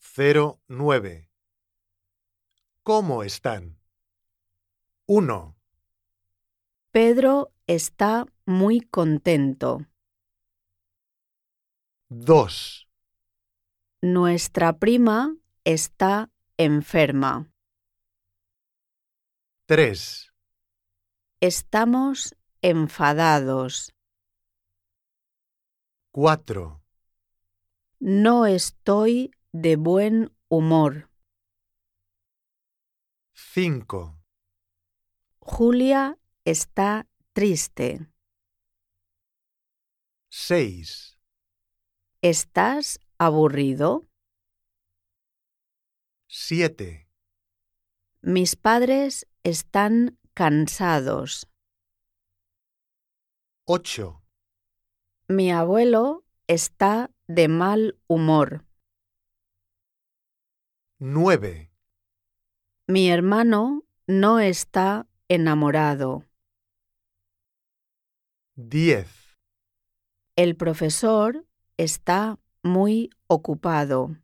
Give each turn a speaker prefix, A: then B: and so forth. A: 409. ¿Cómo están? 1,
B: Pedro está muy contento.
A: 2,
B: Nuestra prima está enferma.
A: 3,
B: Estamos enfadados.
A: 4,
B: No estoy de buen humor.
A: 5,
B: Julia está triste.
A: 6,
B: ¿Estás aburrido?
A: 7,
B: Mis padres están cansados.
A: 8,
B: Mi abuelo está de mal humor.
A: 9,
B: Mi hermano no está enamorado.
A: 10.
B: El profesor está muy ocupado.